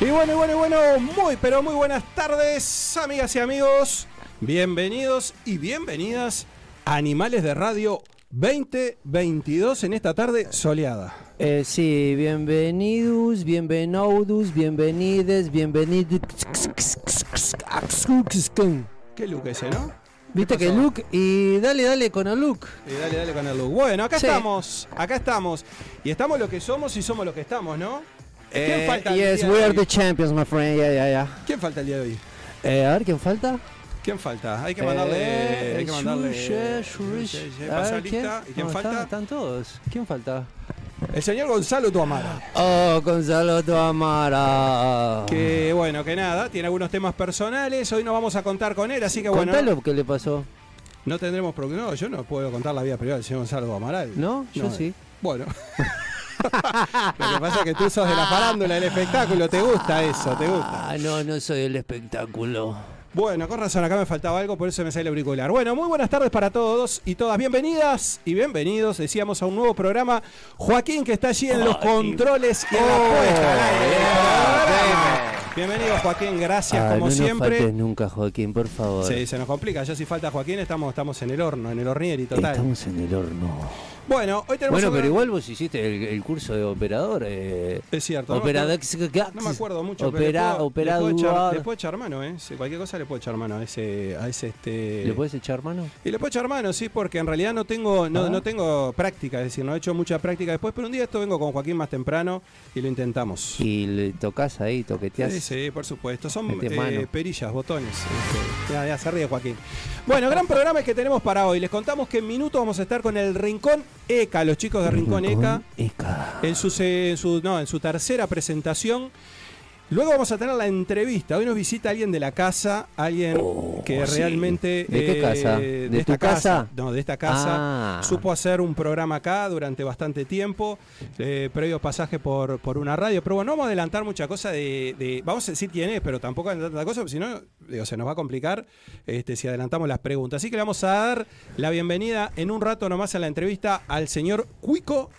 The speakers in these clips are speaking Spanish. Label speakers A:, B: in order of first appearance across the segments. A: Y bueno, y bueno, y bueno, muy pero muy buenas tardes, amigas y amigos. Bienvenidos y bienvenidas a Animales de Radio 2022 en esta tarde soleada.
B: Eh, sí, bienvenidos, bienvenidos, bienvenides, bienvenidos.
A: Qué look ese, ¿no?
B: Viste que Luke y dale, dale con el Luke.
A: Y dale, dale con el look. Bueno, acá
B: Sí.
A: estamos, acá estamos. Y estamos lo que somos y somos lo que estamos, ¿no?
B: Eh,
A: ¿Quién falta el
B: yes,
A: día
B: we
A: de
B: are
A: hoy?
B: the champions, my friend. Yeah, yeah, yeah.
A: ¿Quién falta el día de hoy?
B: Eh, a ver quién falta.
A: ¿Quién falta? Hay que mandarle.
B: Eh,
A: hay que mandarle.
B: Shushe, Shurish.
A: Sí, sí,
B: A
A: pasa
B: ver, ¿quién?
A: lista. ¿Y quién
B: No,
A: falta?
B: están- Están todos. ¿Quién falta?
A: El señor Gonzalo Tuamara.
B: Oh, Gonzalo Tuamara.
A: Que bueno, que nada, tiene algunos temas personales, hoy no vamos a contar con él, así que bueno,
B: Contalo qué le pasó.
A: no tendremos pro- No, yo no puedo contar la vida privada del señor Gonzalo Amaral.
B: ¿No? Yo sí.
A: Bueno. Lo que pasa es que tú sos de la farándula, del espectáculo, te gusta eso, te gusta.
B: Ah, no, no soy el espectáculo.
A: Bueno, con razón, acá me faltaba algo, por eso me sale el auricular. Bueno, muy buenas tardes para todos y todas. Bienvenidas y bienvenidos, decíamos, a un nuevo programa. Joaquín, que está allí en los controles y en la
B: Oh,
A: puesta al aire del
B: yeah,
A: programa. Bienvenido, Joaquín, gracias
B: Oh, Ah,
A: como
B: no
A: siempre.
B: nos faltes nunca, Joaquín, por favor.
A: Sí, se nos complica. Ya si falta Joaquín, estamos, estamos en el horno, en el hornieri total.
B: Estamos en el horno.
A: Bueno, hoy tenemos.
B: Bueno,
A: un
B: pero
A: gran-
B: igual vos hiciste el, el curso de operador. Eh,
A: Es cierto. no me
B: operador.
A: acuerdo- No me acuerdo mucho. pero
B: Opera,
A: le puedo-
B: operador.
A: Le puedo, echar, le puedo echar mano, ¿eh? Si cualquier cosa le puedo echar mano a ese. A ese este...
B: ¿Le puedes echar mano?
A: Y le puedo echar mano, sí, porque en realidad no tengo, no,
B: Ah.
A: no tengo práctica, es decir, no he hecho mucha práctica después, pero un día esto vengo con Joaquín más temprano y lo intentamos.
B: Y le tocas ahí, toqueteas.
A: Sí, sí, por supuesto. Son
B: Mete
A: eh,
B: Este, mano.
A: perillas, botones. este. Ya, ya se ríe Joaquín. Bueno, gran programa que tenemos para hoy. Les contamos que en minutos vamos a estar con el Rincón ECA, los chicos de Rincón, ECA,
B: Eca.
A: en su, se- en su- no, en su tercera presentación. Luego vamos a tener la entrevista. Hoy nos visita alguien de la casa, alguien
B: Oh,
A: que
B: sí.
A: realmente... eh,
B: ¿De qué casa?
A: ¿De,
B: ¿De
A: esta
B: tu casa?
A: No, de esta casa.
B: Ah.
A: Supo hacer un programa acá durante bastante tiempo, eh, previo pasaje por, por una radio. Pero bueno, no vamos a adelantar mucha cosa de, de- Vamos a decir quién es, pero tampoco adelantar tanta cosa, porque si no, digo, se nos va a complicar este, si adelantamos las preguntas. Así que le vamos a dar la bienvenida en un rato nomás a la entrevista al señor Cuico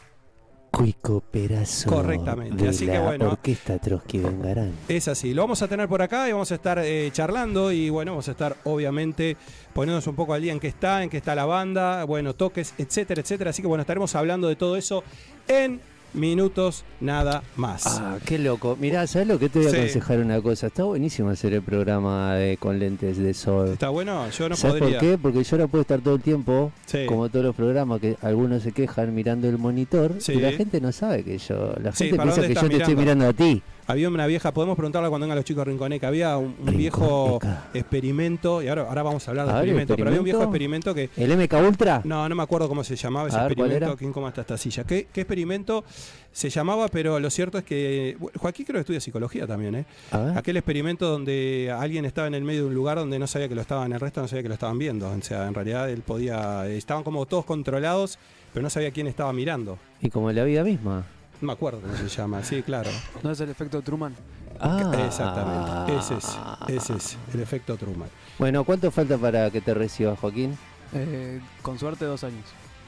B: Cuico Perazo.
A: Correctamente,
B: de
A: así que
B: la
A: bueno.
B: Orquesta Trotsky Vengarán.
A: Es así, lo vamos a tener por acá y vamos a estar eh, charlando y bueno, vamos a estar obviamente poniéndonos un poco al día en qué está, en qué está la banda, bueno, toques, etcétera, etcétera. Así que bueno, estaremos hablando de todo eso en minutos nada más.
B: Ah, qué loco. Mirá, ¿sabes lo que te voy a
A: Sí.
B: aconsejar una cosa? Está buenísimo hacer el programa de, con lentes de sol.
A: ¿Está bueno? Yo no
B: ¿Sabes
A: podría.
B: por qué? Porque yo ahora puedo estar todo el tiempo,
A: Sí.
B: como todos los programas, que algunos se quejan mirando el monitor,
A: Sí.
B: y la gente no sabe que yo. La
A: Sí,
B: gente
A: ¿para
B: piensa
A: dónde
B: que yo
A: estás
B: te estoy mirando a ti.
A: Había una vieja, podemos preguntarla cuando vengan los chicos de Rinconeca, había un, un viejo
B: Rinconeca.
A: experimento, y ahora, ahora vamos a hablar de
B: A ver,
A: experimento, pero había un viejo
B: experimento.
A: experimento que
B: ¿El MK Ultra?
A: No, no me acuerdo cómo se llamaba ese
B: A ver, ¿cuál
A: experimento.
B: era?
A: ¿Quién coma hasta esta silla? ¿Qué, qué experimento se llamaba? Pero lo cierto es que. bueno, Joaquín creo que estudia psicología también, ¿eh?
B: A ver.
A: Aquel experimento donde alguien estaba en el medio de un lugar donde no sabía que lo estaban, el resto no sabía que lo estaban viendo. O sea, en realidad él podía. Estaban como todos controlados, pero no sabía quién estaba mirando.
B: Y como la vida misma.
A: No me acuerdo cómo se llama, sí, claro.
C: No es el efecto Truman.
B: Ah.
A: Exactamente. Ese es, ese es el efecto Truman.
B: Bueno, ¿cuánto falta para que te recibas, Joaquín?
C: Eh, con suerte, dos años.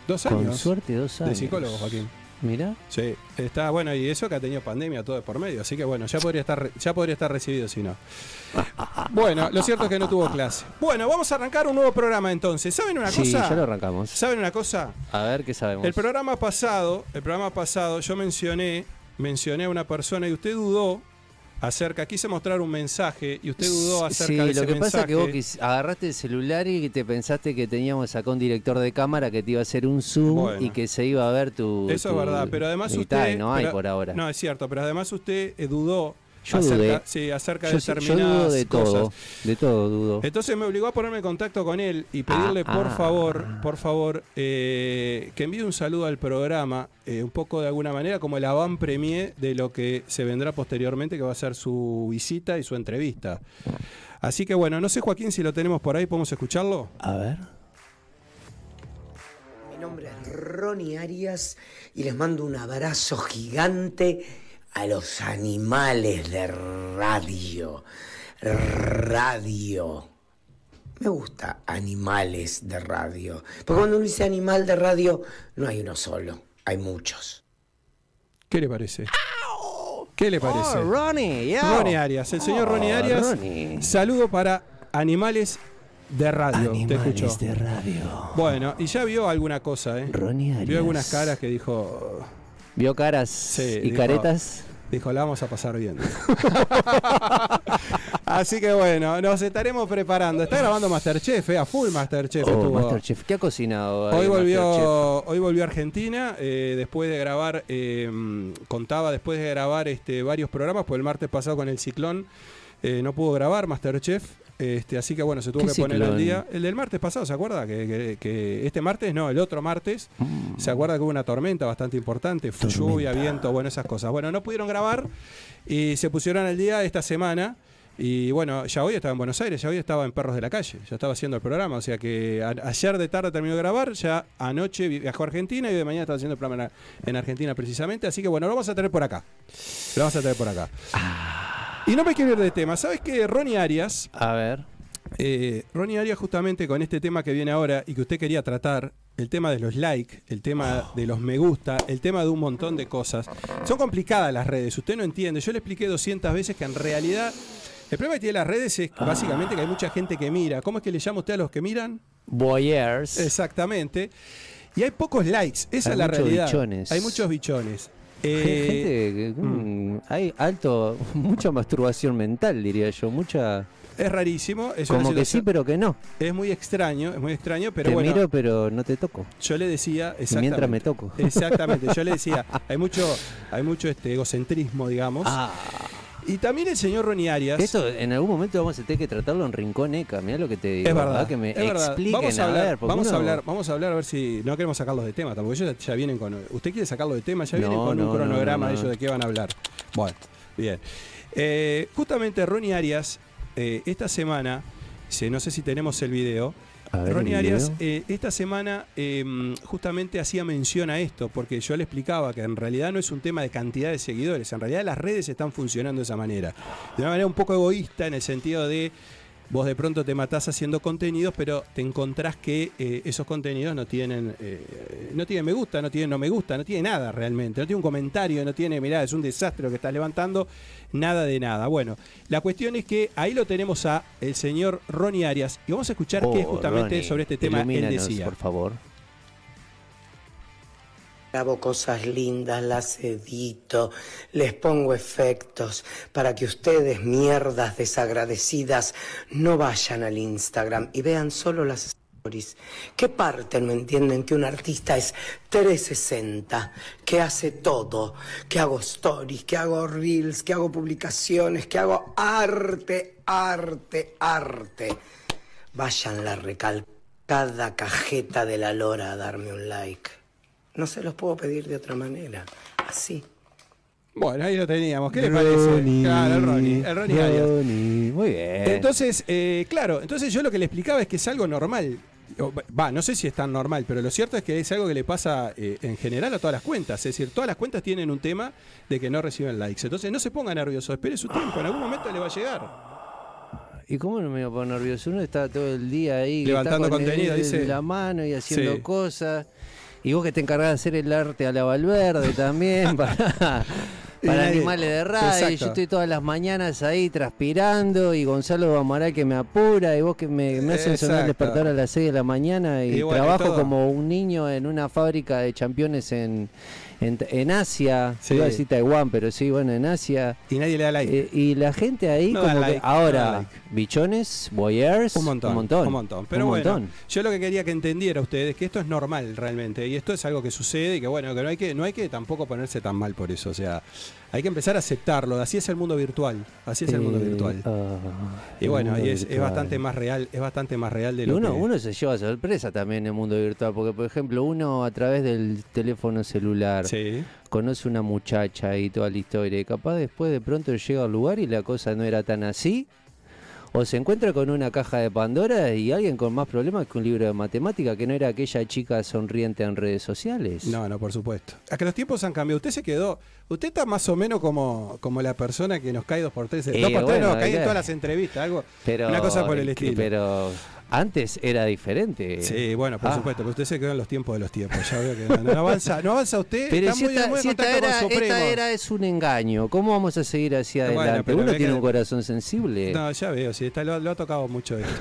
A: Dos
B: Con
A: años
B: suerte, dos
A: de
B: años.
A: psicólogo, Joaquín.
B: Mirá.
A: Sí, está bueno y eso que ha tenido pandemia todo de por medio, así que bueno, ya podría estar re- ya podría estar recibido si no. Bueno, lo cierto es que no tuvo clase. Bueno, vamos a arrancar un nuevo programa entonces. ¿Saben una
B: Sí,
A: cosa?
B: ya lo arrancamos.
A: ¿Saben una cosa?
B: A ver qué sabemos.
A: El programa pasado, el programa pasado yo mencioné, mencioné a una persona y usted dudó acerca, quise mostrar un mensaje y usted dudó acerca
B: Sí,
A: de ese
B: lo que pasa es
A: mensaje.
B: que vos quis- agarraste el celular y te pensaste que teníamos acá un director de cámara que te iba a hacer un zoom
A: Bueno.
B: y que se iba a ver tu.
A: Eso es
B: tu-
A: verdad, pero además
B: y
A: usted
B: tal, no hay
A: pero-
B: por ahora.
A: No, es cierto, pero además usted eh, dudó
B: Yo
A: acerca,
B: dudé.
A: sí, acerca de
B: yo, sí- yo
A: determinadas
B: dudo de
A: cosas.
B: todo, de todo dudo.
A: Entonces me obligó a ponerme en contacto con él y pedirle
B: Ah,
A: por
B: ah.
A: favor, por favor, eh, que envíe un saludo al programa, eh, un poco de alguna manera como el avant premier de lo que se vendrá posteriormente, que va a ser su visita y su entrevista. Así que bueno, no sé Joaquín si lo tenemos por ahí, podemos escucharlo.
B: A ver.
D: Mi nombre es Ronnie Arias y les mando un abrazo gigante a los animales de radio. Radio. Me gusta animales de radio. Porque cuando uno dice animal de radio, no hay uno solo, hay muchos.
A: ¿Qué le parece? ¿Qué le parece?
B: Oh, Ronnie, yo.
A: Ronnie Arias, el señor
B: Oh,
A: Ronnie Arias.
B: Ronnie.
A: Saludo para Animales de Radio. te
B: Animales
A: escucho.
B: de radio.
A: Bueno, y ya vio alguna cosa, ¿eh?
B: Ronnie Arias.
A: Vio algunas caras que dijo,
B: Vio caras y
A: dijo-
B: caretas.
A: dijo, la vamos a pasar bien. Así que bueno, nos estaremos preparando. Está grabando Masterchef, ¿eh? a full Masterchef.
B: Oh,
A: estuvo.
B: Masterchef, ¿qué ha cocinado?
A: Hoy
B: ahí, Masterchef?
A: volvió, hoy volvió a Argentina, eh, después de grabar, eh, contaba después de grabar este, varios programas, pues el martes pasado con el ciclón eh, no pudo grabar Masterchef, este, así que bueno, se tuvo
B: ¿Qué
A: que poner al
B: ciclón?
A: día. El del martes pasado, ¿se acuerda? Que, que- que este martes, no, el otro martes, ¿se acuerda que hubo una tormenta bastante importante? Fue Lluvia, viento, bueno, esas cosas. Bueno, no pudieron grabar y se pusieron al día esta semana. Y bueno, ya hoy estaba en Buenos Aires, ya hoy estaba en Perros de la Calle, ya estaba haciendo el programa. O sea que a- ayer de tarde terminó de grabar, ya anoche viajó a Argentina y hoy de mañana estaba haciendo el programa en, en Argentina precisamente. Así que bueno, lo vamos a tener por acá. Lo vamos a tener por acá. Y no me quiero ir de tema. ¿Sabes que Ronnie Arias,
B: A ver.
A: eh, Ronnie Arias justamente con este tema que viene ahora y que usted quería tratar, el tema de los likes, el tema de los me gusta, el tema de un montón de cosas. Son complicadas las redes, usted no entiende. Yo le expliqué 200 veces que en realidad el problema que tiene las redes es que básicamente que hay mucha gente que mira. ¿Cómo es que le llama usted a los que miran?
B: Boyers.
A: Exactamente. Y hay pocos likes, esa
B: Hay
A: es la
B: muchos
A: realidad.
B: bichones.
A: Hay muchos bichones.
B: Hay
A: Eh,
B: gente que, mm, hay alto, mucha masturbación mental, diría yo. Mucha.
A: es rarísimo. es una
B: Como que sí,
A: situación-
B: pero que no.
A: Es muy extraño, es muy extraño, pero
B: te
A: bueno.
B: miro, pero no te toco.
A: Yo le decía, exactamente.
B: Mientras me toco.
A: Exactamente, yo le decía, hay mucho, hay mucho este egocentrismo, digamos. Y también el señor Ronnie Arias.
B: Ah. Esto en algún momento vamos a tener que tratarlo en Rincón Eca, mirá lo que te digo.
A: es verdad,
B: Que me
A: es verdad.
B: expliquen,
A: Vamos a
B: ver,
A: hablar,
B: porque
A: vamos a
B: uno-
A: hablar, vamos a hablar a ver si no queremos sacarlos de tema, tampoco ellos ya, ya vienen con usted quiere sacarlo de tema, ya
B: No,
A: vienen con
B: no,
A: un
B: no,
A: cronograma
B: no, no.
A: ellos de qué van a hablar. Bueno, bien. Eh, justamente Ronnie Arias eh, esta semana, se- no sé si tenemos el video,
B: A ver el
A: Ronnie
B: video.
A: Arias, eh, esta semana eh, justamente hacía mención a esto, porque yo le explicaba que en realidad no es un tema de cantidad de seguidores, en realidad las redes están funcionando de esa manera. De una manera un poco egoísta en el sentido de vos de pronto te matás haciendo contenidos, pero te encontrás que eh, esos contenidos no tienen, eh, no tienen me gusta, no tienen no me gusta, no tiene nada realmente, no tiene un comentario, no tiene, mirá, es un desastre lo que estás levantando, nada de nada. Bueno, la cuestión es que ahí lo tenemos a el señor Ronnie Arias y vamos a escuchar qué
B: Oh,
A: justamente
B: Ronnie,
A: sobre este tema él
B: ilumínanos,
A: decía.
B: por favor.
D: Grabo cosas lindas, las edito, les pongo efectos para que ustedes, mierdas desagradecidas, no vayan al Instagram y vean solo las stories. ¿Qué parte no entienden que un artista es 360, que hace todo, que hago stories, que hago reels, que hago publicaciones, que hago arte, arte, arte? Vayan la recalcada cajeta de la lora a darme un like. No se los puedo pedir de otra manera. Así.
A: Bueno, ahí lo teníamos. ¿Qué le parece? Claro, el Ronnie, el Ronnie Arias.
B: Ronnie, muy bien.
A: Entonces, eh, claro, entonces yo lo que le explicaba es que es algo normal. O, Va, no sé si es tan normal, pero lo cierto es que es algo que le pasa eh, en general a todas las cuentas. Es decir, todas las cuentas tienen un tema de que no reciben likes. Entonces no se ponga nervioso, espere su tiempo, en algún momento le va a llegar.
B: ¿Y cómo no me iba a poner nervioso? Uno está todo el día ahí que
A: Levantando
B: está con
A: contenido,
B: el-
A: dice.
B: la mano y haciendo
A: Sí.
B: cosas. Y vos que te encargás de hacer el arte a la Valverde también para,
A: Y
B: para
A: nadie-
B: animales de radio. Y
A: Exacto.
B: Yo estoy todas las mañanas ahí transpirando y Gonzalo Amaral que me apura y vos que me, me hacen sonar el
A: Exacto.
B: despertar a las 6 de la mañana y,
A: Y bueno, y
B: trabajo
A: todo.
B: como un niño en una fábrica de championes en, en, en Asia.
A: Sí.
B: Iba a decir Taiwán, pero sí, bueno, en Asia.
A: Y nadie le da like.
B: Eh, y la gente ahí,
A: No
B: como
A: dan
B: que
A: like,
B: ahora,
A: no dan like.
B: bichones, boyers,
A: Un montón,
B: un montón.
A: Pero bueno,
B: un montón.
A: yo lo que quería que entendiera ustedes es que esto es normal realmente y esto es algo que sucede y que bueno, que no hay que no hay que tampoco ponerse tan mal por eso, o sea, hay que empezar a aceptarlo, así es el mundo virtual, así es el mundo
B: Eh,
A: virtual.
B: ah,
A: Y
B: el
A: bueno,
B: mundo
A: y es, es
B: virtual.
A: bastante más real, es bastante más real de
B: Y
A: lo
B: uno,
A: que...
B: uno se lleva sorpresa también en el mundo virtual, porque por ejemplo uno a través del teléfono celular
A: Sí.
B: conoce una muchacha y toda la historia, y capaz después de pronto llega al lugar y la cosa no era tan así, o se encuentra con una caja de Pandora y alguien con más problemas que un libro de matemática, que no era aquella chica sonriente en redes sociales.
A: No, no, por supuesto. A que los tiempos han cambiado. Usted se quedó. Usted está más o menos como, como la persona que nos cae dos por tres.
B: Eh,
A: dos por tres
B: bueno,
A: nos cae en
B: ya.
A: todas las entrevistas. Algo,
B: Pero,
A: una cosa por el
B: que-
A: estilo.
B: Pero Antes era diferente.
A: Sí, bueno, por
B: Ah.
A: supuesto, pero usted se quedó en los tiempos de los tiempos. Ya veo que no, no avanza, no avanza usted.
B: Pero
A: está
B: si,
A: muy,
B: esta,
A: muy en
B: si esta
A: contacto con
B: era,
A: Supremo.
B: esta era es un engaño, ¿cómo vamos a seguir hacia
A: Bueno,
B: adelante?
A: pero
B: Uno
A: ve
B: tiene
A: que-
B: un corazón sensible.
A: No, ya veo, sí, está, lo, lo ha tocado mucho esto.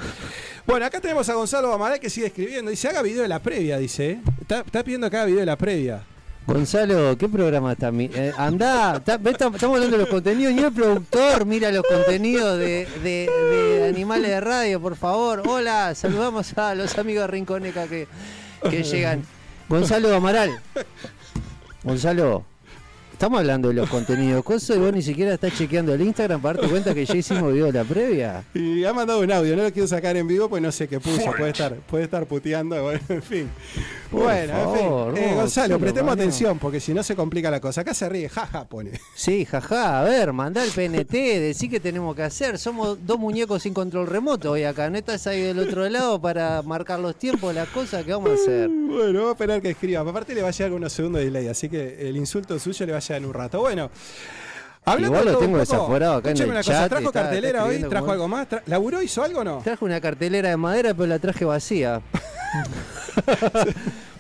A: Bueno, acá tenemos a Gonzalo Bamaray que sigue escribiendo. Dice, haga video de la previa, dice. ¿eh? Está, está pidiendo que haga video de la previa.
B: Gonzalo, ¿qué programa está? mi- eh, andá, ta- ve, ta- estamos hablando de los contenidos. Ni el productor mira los contenidos de, de- de Animales de Radio, por favor. Hola, saludamos a los amigos de Rinconeca que, que llegan. Gonzalo Amaral. Gonzalo, estamos hablando de los contenidos. Cosa y vos ni siquiera estás chequeando el Instagram para darte cuenta que ya hicimos video de la previa.
A: Y ha mandado un audio, no lo quiero sacar en vivo porque no sé qué puso. Puede estar, puede estar puteando, bueno, en fin.
B: Por
A: bueno, en
B: favor,
A: fin. Eh,
B: vos,
A: Gonzalo,
B: Gonzalo,
A: prestemos
B: Mario.
A: atención porque si no se complica la cosa. Acá se ríe, jaja, pone.
B: Sí, jajá, a ver, mandá el PNT, decí qué tenemos que hacer. Somos dos muñecos sin control remoto hoy acá. No estás ahí del otro lado para marcar los tiempos, las cosas que vamos a hacer.
A: Bueno, vamos a esperar que escriba. Aparte le va a llegar unos segundos de delay, así que el insulto suyo le va a llegar en un rato. Bueno.
B: Igual
A: de
B: lo
A: todo
B: tengo
A: un poco,
B: desaforado acá en
A: escúcheme
B: el
A: una cosa,
B: chat,
A: ¿Trajo
B: está- está
A: cartelera hoy?
B: escribiendo
A: ¿Trajo
B: como-
A: algo más? Tra- ¿Laburó? ¿Hizo algo o no?
B: Traje una cartelera de madera, pero la traje vacía.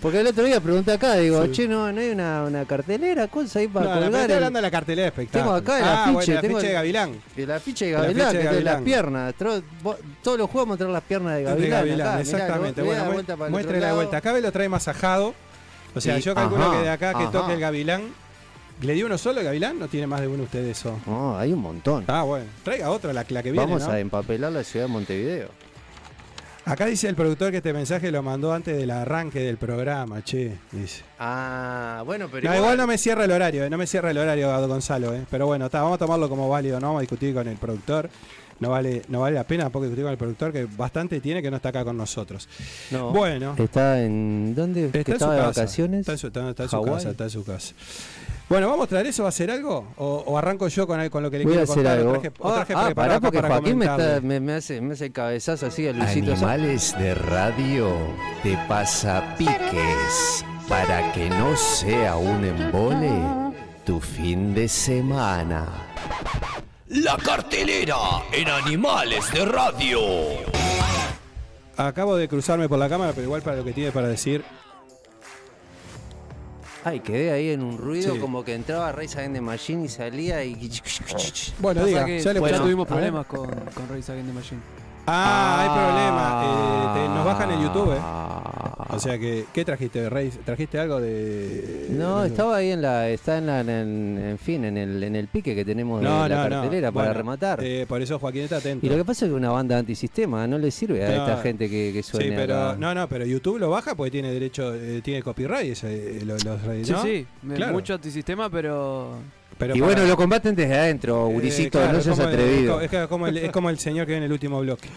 B: Porque el otro día pregunté acá, digo, che, no, no hay una, una cartelera, cosa ahí para
A: No, no, pero
B: colgar.
A: estoy
B: el-
A: hablando de la cartelera de espectáculo. Ah,
B: Tengo acá el afiche,
A: bueno, el
B: tengo
A: afiche
B: el-
A: de Gavilán. El
B: El afiche de
A: afiche de
B: Gavilán, que tiene las
A: Gavilán.
B: piernas. Tro- vo- Todos los juegos mostrar las piernas de
A: De
B: Gavilán.
A: Gavilán,
B: acá, mirá,
A: exactamente.
B: le voy a dar
A: bueno,
B: vuelta para el otro
A: muéstrele la
B: lado.
A: vuelta. Acá ve lo trae masajado. O sea,
B: Y-
A: yo calculo
B: ajá,
A: que de acá que
B: ajá.
A: toque el Gavilán. ¿Le dio uno solo el Gavilán? ¿No tiene más de uno usted de eso?
B: No, hay un montón.
A: Ah, bueno. Traiga otro, la, la que viene,
B: Vamos
A: ¿no?
B: a empapelar la ciudad de Montevideo.
A: Acá dice el productor que este mensaje lo mandó antes del arranque del programa, che. Dice.
B: Ah, bueno, pero
A: No, igual no me cierra el horario, eh, no me cierra el horario a Gonzalo, eh. pero bueno, está, vamos a tomarlo como válido, no vamos a discutir con el productor. No vale, no vale la pena tampoco discutir con el productor, que bastante tiene que no está acá con nosotros.
B: No.
A: Bueno,
B: ¿Está en dónde?
A: está
B: ¿Que
A: en su
B: estaba de
A: casa,
B: vacaciones?
A: Está en su, está- está en su
B: Hawái.
A: casa, está en su casa. Bueno, ¿vamos a traer eso? ¿Va a hacer algo? ¿O, o arranco yo con, el- con lo que le
B: Voy a
A: quiero
B: hacer
A: contar?
B: algo.
A: Lo traje- lo
B: Ah,
A: traje
B: ah,
A: preparado
B: pará,
A: acá
B: porque
A: para
B: Joaquín me, está-
A: comentarle.
B: me- me hace, me hace el cabezazo así a Luisito.
E: Animales de radio te pasa piques para que no sea un embole tu fin de semana. La cartelera en Animales de Radio.
A: Acabo de cruzarme por la cámara, pero igual para lo que tiene para decir.
B: Ay, quedé ahí en un ruido
A: Sí. Eh,
B: como que entraba Raiza de Machine y salía y.
A: Bueno,
C: Pasa
A: diga,
C: que
A: ya le
B: bueno,
C: ya tuvimos
A: a ver.
C: problemas con, con Rage Against the Machine.
A: Ah, hay problema. Eh, te- nos bajan en YouTube, eh.
B: Ah.
A: O sea que, ¿qué trajiste, Rey? ¿Trajiste algo de.?
B: No,
A: de-
B: estaba ahí en la. Está en la. En, el- en fin, en el, en el pique que tenemos de
A: No,
B: la
A: no, no.
B: cartelera para
A: Bueno,
B: rematar.
A: eh, por eso Joaquín está atento.
B: Y lo que pasa es que una banda antisistema no le sirve a
A: No.
B: esta gente que, que suena.
A: sí, pero
B: acá.
A: no, no, pero YouTube lo baja porque tiene derecho, eh, tiene copyright ese, eh, lo- los,
C: Sí,
A: ¿no?
C: sí, me-
A: Claro.
C: mucho antisistema, pero
A: Pero
B: y
A: para-
B: bueno, lo combaten desde adentro,
A: eh,
B: gurisito,
A: claro,
B: no
A: es
B: seas
A: como el-
B: atrevido.
A: es, que- es como el, es como el señor que viene en el último bloque.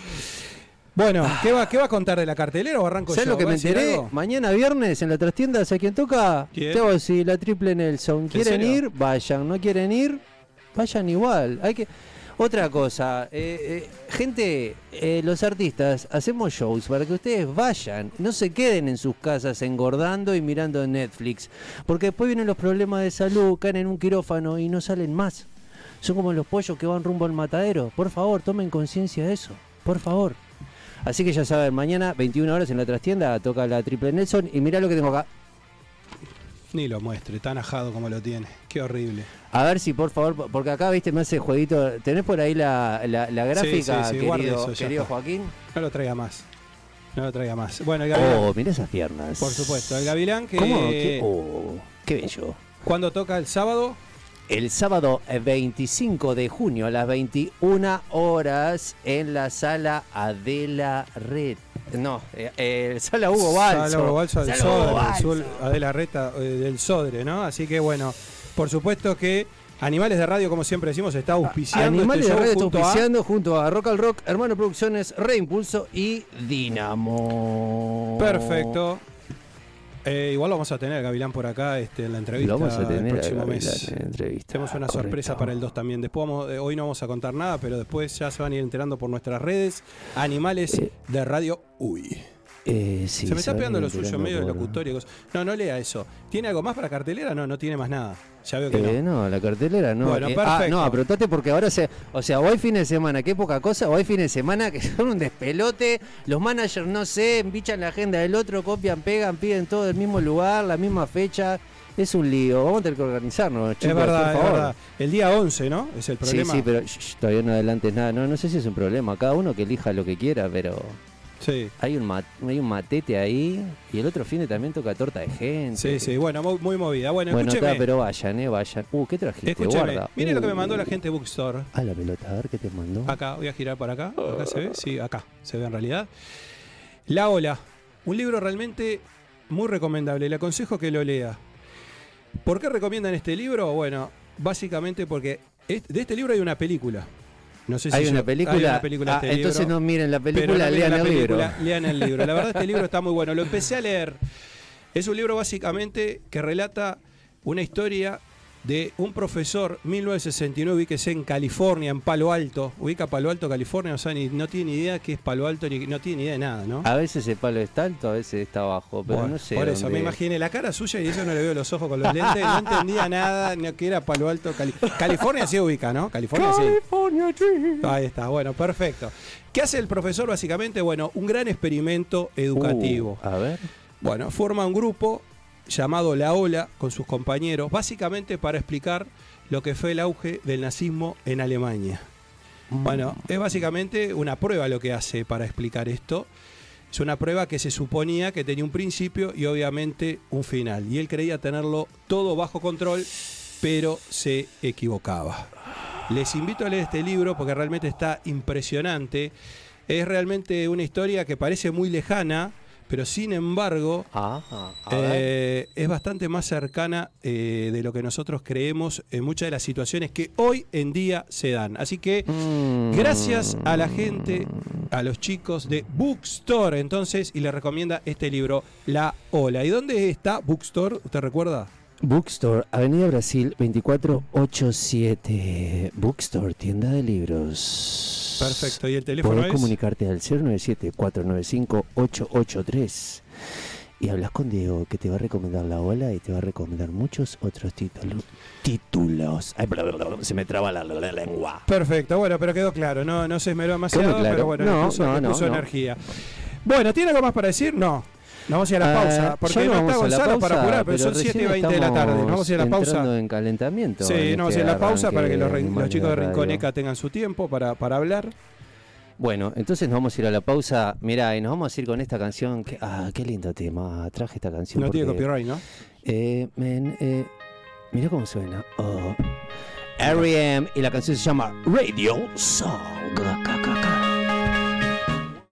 A: Bueno, ¿qué va, ¿qué va a contar de la cartelera o arranco
B: ¿Sabes
A: yo?
B: Ah. lo que
A: ¿Va
B: me
A: a decir
B: enteré?
A: algo?
B: Mañana viernes en la trastienda, ¿sabes quién toca?
A: ¿Quién?
B: Teo si la triple Nelson. ¿Quieren
A: serio?
B: ir? Vayan. ¿No quieren ir? Vayan igual. Hay que. Otra cosa, eh, eh, gente, eh, los artistas hacemos shows para que ustedes vayan, no se queden en sus casas engordando y mirando Netflix, porque después vienen los problemas de salud, caen en un quirófano y no salen más. Son como los pollos que van rumbo al matadero. Por favor, tomen conciencia de eso. Por favor. Así que ya saben, mañana 21 horas en la trastienda toca la triple Nelson y mirá lo que tengo acá.
A: Ni lo muestre, tan ajado como lo tiene. Qué horrible.
B: A ver si por favor, porque acá viste, me hace jueguito. ¿Tenés por ahí la, la- la gráfica,
A: sí, sí, guarde
B: querido,
A: eso, ya
B: querido
A: está.
B: Joaquín?
A: No lo traiga más. No lo traiga más. Bueno, el Gavilán,
B: Oh, mirá esas piernas.
A: por supuesto. El Gavilán que
B: ¿Cómo? ¿Qué? Oh, qué bello.
A: cuando toca el sábado,
B: El sábado eh, 25 de junio a las 21 horas en la sala Adela Red. No, eh, eh, sala Hugo Balso.
A: Sala Hugo Balso del
B: Sala Hugo
A: Sodre,
B: Balso.
A: del Sol- Adela Reta eh, del Sodre, ¿no? Así que bueno, por supuesto que Animales de Radio, como siempre decimos, está auspiciando.
B: Ah, Animales
A: este
B: de
A: show
B: Radio está
A: junto a-
B: auspiciando junto a Rock al Rock, Hermano Producciones, Reimpulso y Dinamo.
A: Perfecto. Eh, igual lo vamos a tener, a Gavilán, por acá este, en la entrevista
B: Lo vamos a tener
A: el
B: al
A: próximo
B: Gavilán
A: mes.
B: en la entrevista,
A: Tenemos una
B: correcto.
A: sorpresa para el 2 también. Después vamos- eh, hoy no vamos a contar nada, pero después ya se van a ir enterando por nuestras redes. Animales de Radio Uy.
B: Eh, sí,
A: Se me está
B: saben
A: pegando lo
B: tirando
A: suyo, medio de
B: por-
A: locutorio. y cosas. No, no lea eso. ¿Tiene algo más para cartelera? No, no tiene más nada. Ya veo que
B: Eh,
A: no.
B: no. la cartelera no.
A: Bueno,
B: Eh, ah,
A: perfecto.
B: no, apretate porque ahora se. O sea, hoy fin de semana, qué poca cosa. Hoy fin de semana que son un despelote. Los managers no sé, empichan la agenda del otro, copian, pegan, piden todo del mismo lugar, la misma fecha. Es un lío. Vamos a tener que organizarnos, chicos.
A: es verdad,
B: por
A: es
B: favor.
A: verdad. El día 11, ¿no? Es el
B: Sí,
A: problema.
B: sí, pero sh- sh, todavía no adelantes nada. No, no sé si es un problema. Cada uno que elija lo que quiera, pero
A: Sí.
B: hay un, ma- hay un matete ahí. Y el otro fin de también toca torta de gente.
A: Sí, sí, bueno, muy, muy movida. Bueno,
B: Bueno, está,
A: escúcheme.
B: pero vayan, eh, vayan. Uh, ¿qué trajiste?
A: escúcheme.
B: Guarda.
A: Mire lo que me
B: Uh.
A: mandó la gente de Bookstore.
B: A Ah, la pelota, a ver qué te mandó.
A: Acá, voy a girar para acá. Acá se ve, sí, acá se ve en realidad. La Ola, un libro realmente muy recomendable. Le aconsejo que lo lea. ¿Por qué recomiendan este libro? Bueno, básicamente porque es- de este libro hay una película. No sé si
B: hay,
A: yo-
B: una película,
A: hay una película de
B: Ah,
A: este
B: entonces
A: libro.
B: no miren la
A: Pero
B: película,
A: no
B: lean
A: lean
B: el
A: la película,
B: libro.
A: lean el libro. La verdad, este libro está muy bueno. Lo empecé a leer. Es un libro básicamente que relata una historia de un profesor 1969, que es en California, en Palo Alto. Ubica Palo Alto, California, o sea, ni, no tiene ni idea qué es Palo Alto, ni no tiene ni idea de nada, ¿no?
B: A veces el palo está alto, a veces está bajo, pero
A: Bueno,
B: no sé.
A: por eso,
B: dónde-
A: me imaginé la cara suya y eso no le veo los ojos con los lentes, no entendía nada, no que era Palo Alto, Cali- California sí ubica, ¿no? California sí.
B: California Dream.
A: Ahí está, bueno, perfecto. ¿Qué hace el profesor básicamente? Bueno, un gran experimento educativo.
B: Uh, a ver.
A: Bueno, forma un grupo llamado La Ola con sus compañeros, básicamente para explicar lo que fue el auge del nazismo en Alemania. Bueno, es básicamente una prueba lo que hace para explicar esto. Es una prueba que se suponía que tenía un principio y obviamente un final. Y él creía tenerlo todo bajo control, pero se equivocaba. Les invito a leer este libro porque realmente está impresionante. Es realmente una historia que parece muy lejana, pero sin embargo
B: Ah, a ver.
A: eh, es bastante más cercana eh, de lo que nosotros creemos en muchas de las situaciones que hoy en día se dan. Así que
B: Mm.
A: gracias a la gente, a los chicos de Bookstore, entonces, y les recomienda este libro, La Ola. ¿Y dónde está Bookstore? ¿Usted recuerda?
B: Bookstore, Avenida Brasil 2487. Bookstore, tienda de libros.
A: Perfecto. ¿Y el teléfono
B: Podés
A: es?
B: comunicarte al 097-495-883 y hablas con Diego que te va a recomendar la ola y te va a recomendar muchos otros títulos. Títulos. Ay, bla, bla, bla, bla, se me traba la, la- la lengua.
A: Perfecto, bueno, pero quedó claro, no, no se esmeró demasiado,
B: Quedó claro.
A: pero bueno,
B: No,
A: le puso,
B: no,
A: le
B: no,
A: puso
B: no.
A: energía. Bueno, ¿tiene algo más para decir? No. Nos vamos a ir a la
B: Ah,
A: pausa,
B: ya
A: porque no
B: nos
A: está
B: vamos a la
A: Gonzalo para
B: pausa,
A: apurar, pero, son
B: recién
A: 7 y 20 de la tarde. Nos vamos a ir a la
B: estamos
A: pausa.
B: entrando en calentamiento.
A: Sí, nos
B: en
A: vamos a
B: este
A: ir a la pausa
B: arranque
A: para que los, rin- los
B: animal
A: chicos de
B: radio.
A: Rinconeca tengan su tiempo para, para hablar.
B: Bueno, entonces nos vamos a ir a la pausa. Mirá, y nos vamos a ir con esta canción. Que, ah, qué lindo tema. Traje esta canción.
A: No tiene
B: porque-
A: copyright, ¿no?
B: Eh, men, eh, mira cómo E suena. Oh. R.E.M. y la canción se llama Radio Song.